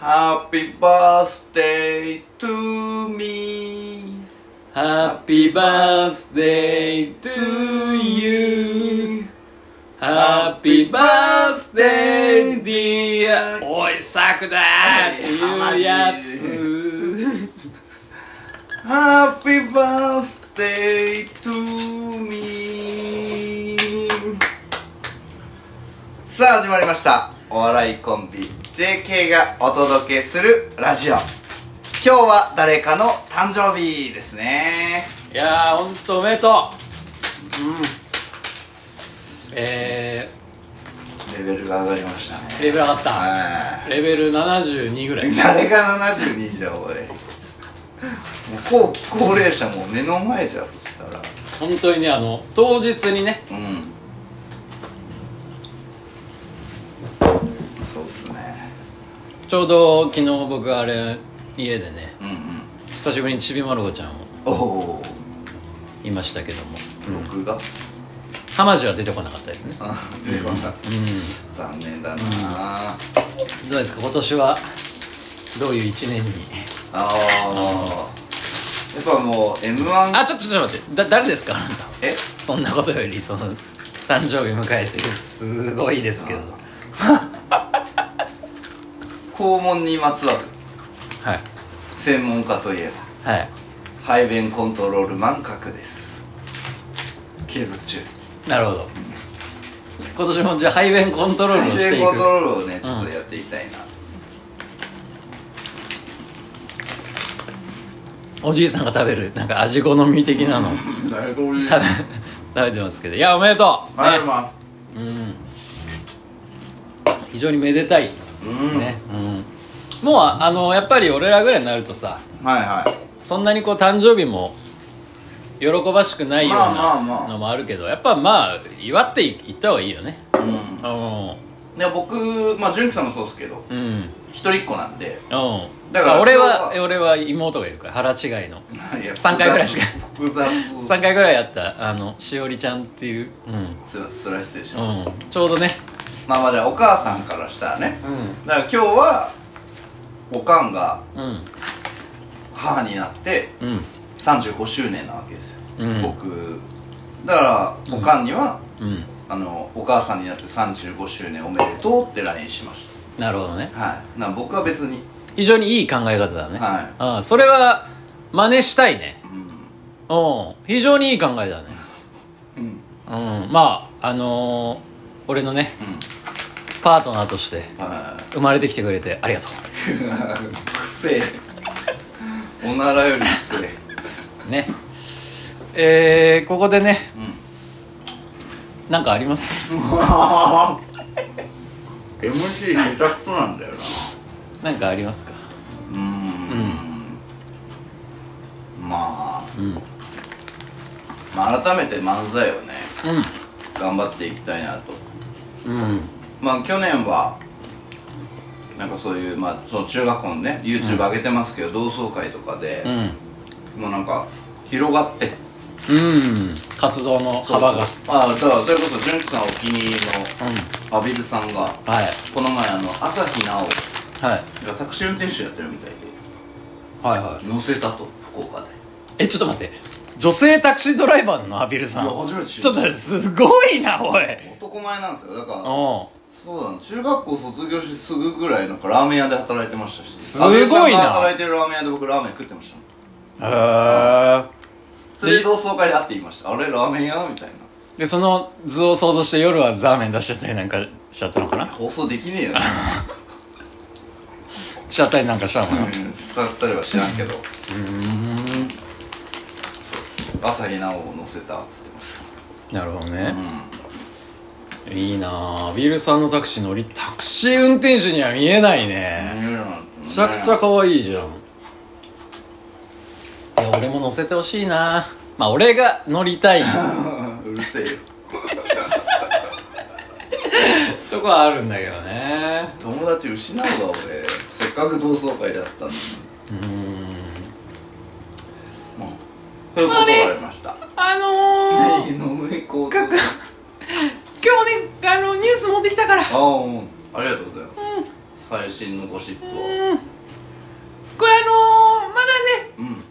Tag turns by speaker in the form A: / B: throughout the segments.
A: Happy birthday to me
B: Happy birthday to you Happy birthday dear おいさくだっていうやつ
A: Happy birthday to me さあ始まりましたお笑いコンビ JK がお届けするラジオ今日は誰かの誕生日ですね
B: いやーほんとおめでとううんえ
A: レベルが上がりましたね
B: ー、レベル上がった
A: は
B: レベル72ぐらい
A: い誰が72じゃ俺もう後期高齢者も目の前じゃんそしたら
B: 本当にねあの当日にね
A: うんそうっすね
B: ちょうど昨日僕あれ家でね
A: うんうん
B: 久しぶりにちびまる子ちゃん
A: お
B: を
A: お
B: いましたけども
A: 録画
B: 浜地は出てこなかったですね
A: あ出番だ残念だなあ
B: どうですか今年はどういう一年に
A: あーやっぱもう m 1
B: あちょっとちょっと待ってだ誰ですかあなた
A: え
B: そんなことよりその誕生日迎えてるすごいですけど
A: 肛門にまつわる
B: はい
A: 専門家といえば
B: はい
A: 排便コントロールマン格です継続中
B: なるほど今年もじゃあ排便コントロールをし
A: 排
B: て
A: 便
B: いく
A: コントロールをねちょっとやっていきたいな、
B: おじいさんが食べるなんか味好み的なの食
A: 誰これ
B: べ食べてますけどいやおめでとう、
A: はい
B: ね
A: ま
B: うん、非常にめでたい
A: うん
B: ね、うん、もうあのやっぱり俺らぐらいになるとさ
A: はいはい
B: そんなにこう誕生日も喜ばしくないよう
A: まあまあま
B: な
A: あ
B: のもあるけどやっぱまあ祝っていいった方がいいよね
A: うん
B: うん
A: いや僕まあ純喜さんもそうですけど
B: うんうん
A: 一人っ子なんで
B: だ
A: だ
B: か
A: からら
B: 俺
A: 今
B: は
A: 日は
B: 俺は妹がいるから腹違いの
A: いや
B: 三回ぐらいしか
A: 複雑
B: 3回ぐらいやったあのしおりちゃんっていううん
A: すいませんそれは失礼しました
B: うん、ちょうどね、
A: まあまあじゃあお母さんからしたらね
B: う
A: だから今日はおかんが
B: ん、うん、
A: 母になって
B: うん、
A: 35周年なわけですよ、
B: うん
A: 僕だからおかんには、
B: うん、
A: あのお母さんになって35周年おめでとうって LINE しまし
B: なるほどね。
A: たはいなんか僕は別に
B: 非常にいい考え方だね。
A: はい
B: ああそれは、真似したいね。
A: うん
B: うん、非常にいい考えだね。
A: うん
B: うん、まあ、あのー俺のね、
A: う
B: パートナーとして
A: ん は
B: 生まれてきてくれてありがと
A: いくせえおならよりくせえ
B: うねえー、ここでね
A: うん
B: なんかあります
A: うわー MC 下手くそなんだよな
B: なんかありますか
A: うーんまあ、
B: うん
A: まあ改めて漫才をね
B: う
A: 頑張っていきたいなと
B: んうん
A: まあ去年はなんかそういう、まあ、その中学校のね YouTube 上げてますけど、同窓会とかで
B: う、ん
A: もうなんか広がって
B: うん活動の幅がう
A: ああだからそれこそ純喜さんお気に入りのアビルさんが
B: んはい
A: この前あの朝日奈
B: はい
A: 央がタクシー運転手やってるみたいで
B: はいはい
A: 乗せたと福岡で
B: えちょっと待って女性タクシードライバーなのアビルさん
A: いや初めて知
B: ちょ
A: っ
B: ったとすごいなおい
A: 男前なんですよだから
B: お
A: そうだね中学校卒業してすぐぐらいなんかラーメン屋で働いてましたし
B: すごいな
A: 安倍さんが働いてるラーメン屋で僕ラーメン食ってましたもん
B: うんへえ
A: それで同窓会で会って言いましたあれラーメン屋みたいな
B: でその図を想像して夜はザーメン出しちゃったりなんかしちゃったのかな
A: 放送できねえ よ
B: しちゃったりなんかしたのかな
A: 伝わったりは知らんけどうんそうそう朝日奈央を乗せたっつってまし
B: なるほどね
A: た、うん
B: いいなぁビールさんのタクシー乗りタクシー運転手には見えないね
A: 見えるなんてね
B: めちゃくちゃ可愛いじゃんいや俺も乗せてほしいなぁまあ俺が乗りた い
A: うるせえよ
B: とこはあるんだけどね
A: 友達失うわ俺せっかく同窓会で会ったのにうんということがありま した
B: あのー、
A: 井上公
B: かく今日ねあのニュース持ってきたから
A: ああ、うんありがとうございます。最新のゴシップを
B: これあのー、まだね
A: うん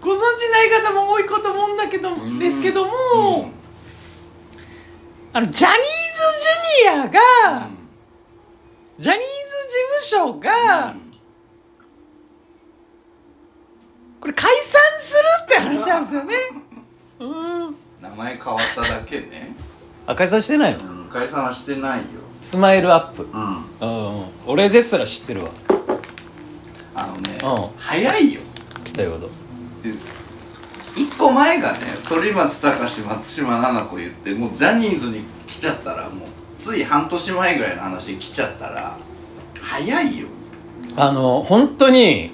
B: ご存じない方も多いかと思うんだけど
A: うん
B: ですけども、
A: うん
B: あのジャニーズジュニア
A: う
B: が、
A: ん
B: ジャニーズ事務所が、これ解散するって話なんですよねうん
A: 名前変わっただけね、
B: あ解散してないの
A: うん、解散はしてないよ
B: スマイルアップ
A: うん
B: うんうん俺ですら知ってるわ
A: あのね
B: う
A: 早いよ
B: どういうこと
A: です一個前がね反町隆史松島菜々子言ってもうジャニーズに来ちゃったらもうつい半年前ぐらいの話に来ちゃったら早いよ
B: あの本当に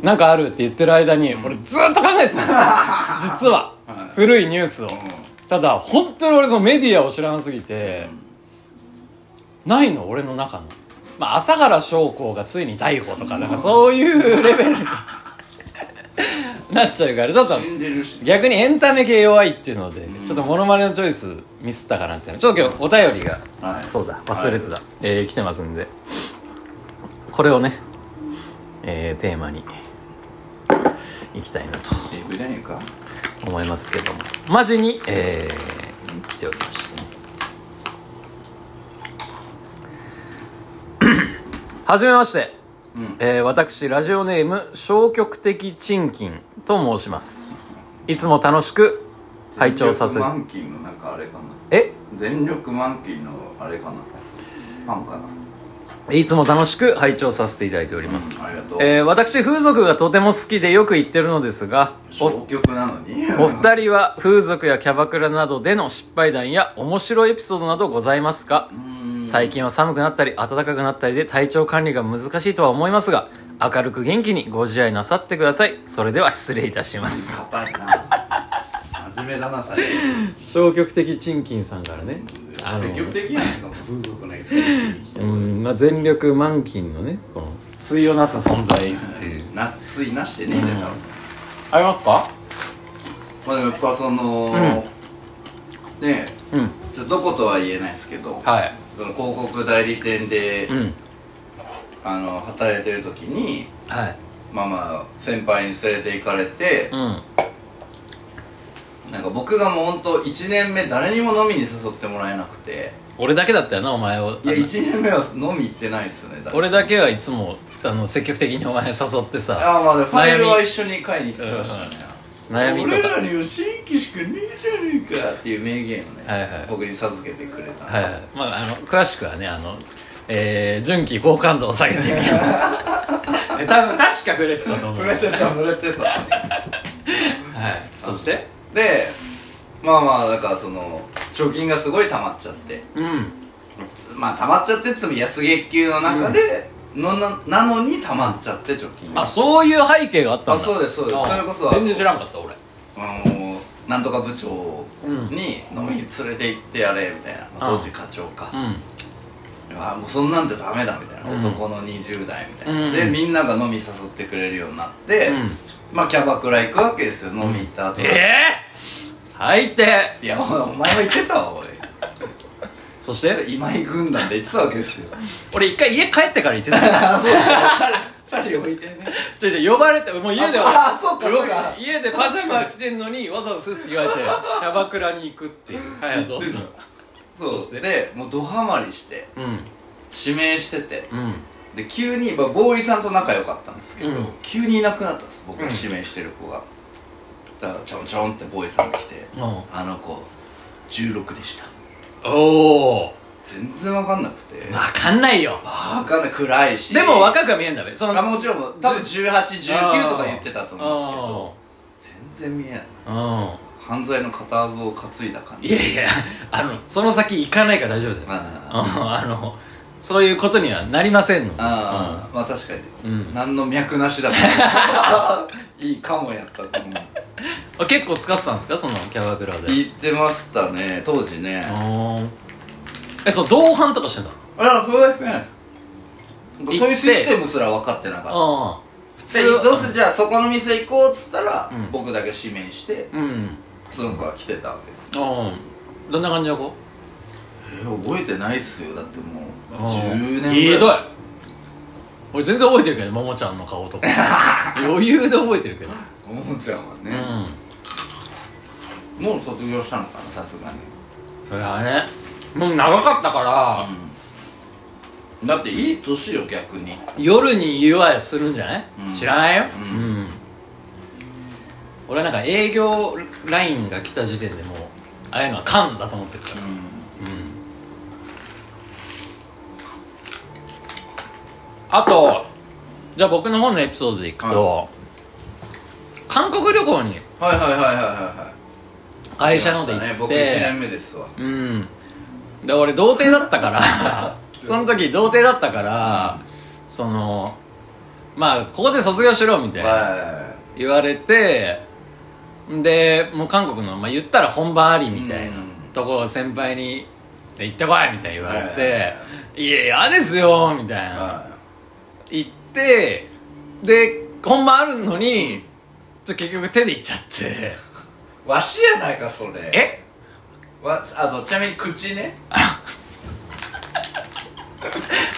B: なんかあるって言ってる間に俺ずっと考えて たの実は
A: はい
B: 古いニュースを
A: う
B: ただ本当に俺そのメディアを知らなすぎてないの俺の中のまあ朝原将校がついに逮捕とかなんかそういうレベルに なっちゃうからちょっと
A: ん死んでるし
B: 逆にエンタメ系弱いっていうので、
A: うん
B: ちょっとモノマネのチョイスミスったかなっていうのちょっと今日お便りが、
A: はい
B: そうだ忘れてた、えー来てますんでこれをね、えーテーマにいきたいなと
A: AV 男優か
B: 思いますけどもマジに、えー来ておりましてね はじめまして、
A: うん
B: えー私ラジオネーム消極的賃金と申しますいつも楽しく拝聴させ
A: 全
B: て
A: 力満勤のなんかあれかな
B: え
A: 全力満勤のあれかなファンかない
B: つも楽しく拝聴させていただいております、
A: ありがとう、
B: えー私風俗がとても好きでよく行ってるのですがお
A: 消極なのに
B: お二人は風俗やキャバクラなどでの失敗談や面白いエピソードなどございますか
A: うん
B: 最近は寒くなったり暖かくなったりで体調管理が難しいとは思いますが明るく元気にご自愛なさってくださいそれでは失礼いたします
A: 硬いな真面目だな最近
B: 消極的チンキンさんからね
A: 積極的やんか風俗のエピソードに来て
B: うんまあ全力満勤のねこの対をなす存在っていう
A: なついなしてねえんだよ
B: ありますか
A: 多分まあでもやっぱその、ねえ
B: うん
A: ちょっとどことは言えないですけど、
B: はい
A: その広告代理店で、
B: うん
A: あの働いてる時に
B: はい
A: まあまあ先輩に連れて行かれて、
B: うん
A: なんか僕がもうほんと1年目誰にも飲みに誘ってもらえなくて
B: 俺だけだったよなお前
A: い
B: を
A: や
B: あの
A: 1年目は飲み行ってないですよね誰も
B: 俺だけはいつもあの積極的にお前誘ってさ
A: ああまあでもファイルは一緒に買いに行ってましたね
B: 悩みとか
A: 俺らには新規しかねえじゃねえかっていう名言をね、
B: はいはい
A: 僕に授けてくれた
B: はいはいまああの詳しくはねあのえー、純喜好感度を下げていきますえ 多分確か触れてたと思う
A: 触
B: は
A: れ
B: い
A: てた触れてた
B: そして
A: でまあまあだからその貯金がすごい溜まっちゃって
B: うん
A: まあ溜まっちゃってっつっても安月給の中で、のななのに溜まっちゃって貯金が
B: あそういう背景があったんだ
A: あそうですそうです
B: あ
A: それこそ
B: 全然知らんかった俺
A: あのなんとか部長に飲みに連れて行ってやれみたいな、まあ当時課長か、
B: う
A: あもうそんなんじゃダメだみたいな、
B: うん
A: 男の20代みたいな、
B: うん
A: でみんなが飲み誘ってくれるようになって、
B: んうん
A: まあキャバクラ行くわけですよ飲み行った後、
B: ええー、最低
A: いやおお前も行ってたわおい
B: そし
A: それ
B: て
A: 今井軍団で行ってたわけですよ
B: 俺一回家帰ってから行って た
A: あそうだチャリチャリ置いてね
B: じゃじゃ呼ばれてもう家で
A: あそうあそうかそうか
B: 家でパジャマ着てんのにわざわざスーツ着替えてキャバクラに行くっていうはいどうぞそ
A: そう
B: して
A: でもうドハマりして
B: うん
A: 指名してて
B: うん
A: で急に、まあ、ボーイさんと仲良かったんですけど、
B: うん
A: 急にいなくなったんです僕が指名してる子が、だからちょんちょんってボーイさんが来て、
B: うん
A: あの子16でした
B: おお
A: 全然わかんなくて、
B: わかんないよ
A: わかんない暗いし
B: でも
A: わ
B: 若くは見えんだべその
A: あもちろんもう多分1819とか言ってたと思うんですけど全然見えない
B: けど
A: 犯罪の片部を担いだ感
B: うん
A: じ
B: いやいやあのその先行かないから大丈夫だよう
A: あ
B: んあのそういうことにはなりませんの
A: あああまあ確かに、
B: うん
A: 何の脈なしだった いいかもやったと思う
B: あ結構使ってたんですかそのキャバクラで
A: 言ってましたね当時ね
B: おーえそう同伴とかしてたの
A: あらそうですねそう
B: って
A: いうシステムすら分かってなかった
B: ああ普
A: で
B: は
A: どうせじゃあそこの店行こうっつったら、
B: うん
A: 僕だけ指名して
B: うん
A: その子が来てたわけです
B: ああどんな感じの子
A: えー覚えてないっすよだってもう
B: ああ
A: 10年ぐらい
B: ひどい俺全然覚えてるけどももちゃんの顔 とか余裕で覚えてるけど
A: おもちゃは
B: うん
A: ね、もう卒業したのかなさすがに
B: それはねもう長かったから、
A: うんだっていい年よ逆に
B: 夜に言わするんじゃない、
A: うん
B: 知らないよ
A: う
B: うんん、俺なんか営業ラインが来た時点でもうああいうのは勘だと思ってるからうんあとじゃあ僕の方のエピソードでいくと、
A: は
B: 韓国旅行に
A: はいはいはいはいはいはい
B: 会社ので行って、
A: ね僕1年目ですわ
B: うんで俺童貞だったから その時童貞だったから、そのまあここで卒業しろみたいな
A: は
B: 言われてでもう韓国の、まあ、言ったら本番ありみたいな
A: うん
B: とこを先輩に「で行ってこい」みたいに言われ
A: はい
B: て「いや嫌ですよ」みたい
A: い
B: な
A: は
B: 行ってで本番あるのにちょ結局手で行っちゃって
A: いわしやないかそれ
B: え
A: わあとちなみに口ね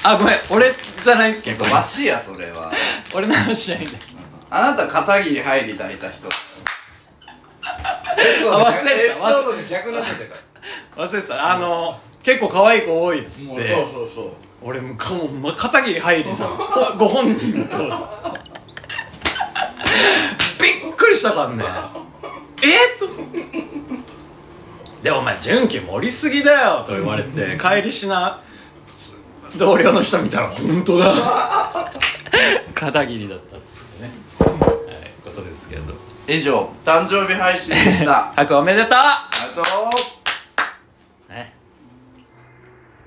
B: あごめん俺じゃないっけこれ
A: わしやそれは
B: 俺の話じゃないんだっけ
A: あなた片桐入り抱いた人
B: 忘れてた
A: エピソードが逆になっちゃってるか
B: 忘れてたあの、結構可愛い子多いっつ
A: らも
B: っ
A: う
B: て
A: そうそうそう
B: 俺もうかもうま片桐入りさほご本人とびっくりしたからねえっとでお前純喜盛りすぎだよと言われて帰りしな同僚の人見たら本当だ片桐だったっていうねはいことですけど
A: 以上誕生日配信でした
B: 100おめでとう
A: ありがとう